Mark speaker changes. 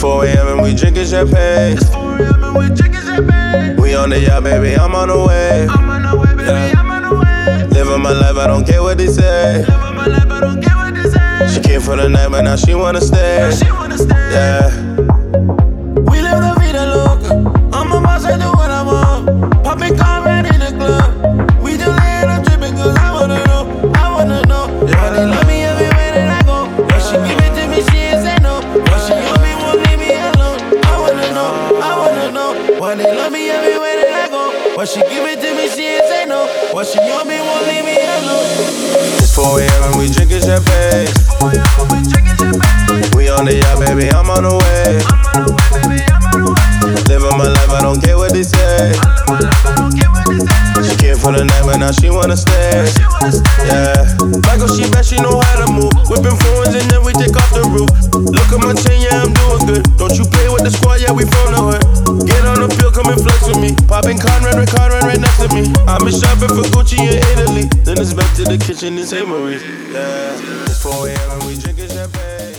Speaker 1: 4 a.m. and we drinking champagne. We on the yacht, baby, I'm on the way. Yeah. Living my life, I don't care what they say. She came for the night, but now she wanna stay. Yeah.
Speaker 2: We live the vida loca. I'm a boss, I do what I want. Popping Carmen in the club. We just laying up tripping 'cause I wanna know, I wanna know. How they love me everywhere that I go. Yo, she give it to me, she ain't say no. Yo, she on me, won't leave me alone. I wanna know, I wanna know. Why they love me everywhere that I go. Why she give it to me, she ain't say no. Why she on me, won't leave me alone.
Speaker 1: It's 4 a.m. and we drinking champagne. We on the yacht, baby, I'm on the way. Living my life, I don't care what they say. She came for the night, but now she wanna stay. Yeah. Michael, she bet she know how to move. Whipping phones and then we take off the roof. Look at my chain, yeah, I'm doing good. Don't you play with the squad, yeah, we from the hood. Get on the field, come and flex with me. Popping Conrad, Rick Conrad right next to me. i been shopping for Gucci in Italy. Then it's back to the kitchen in St. Marie's. Yeah. It's 4 a.m. and we drinking champagne.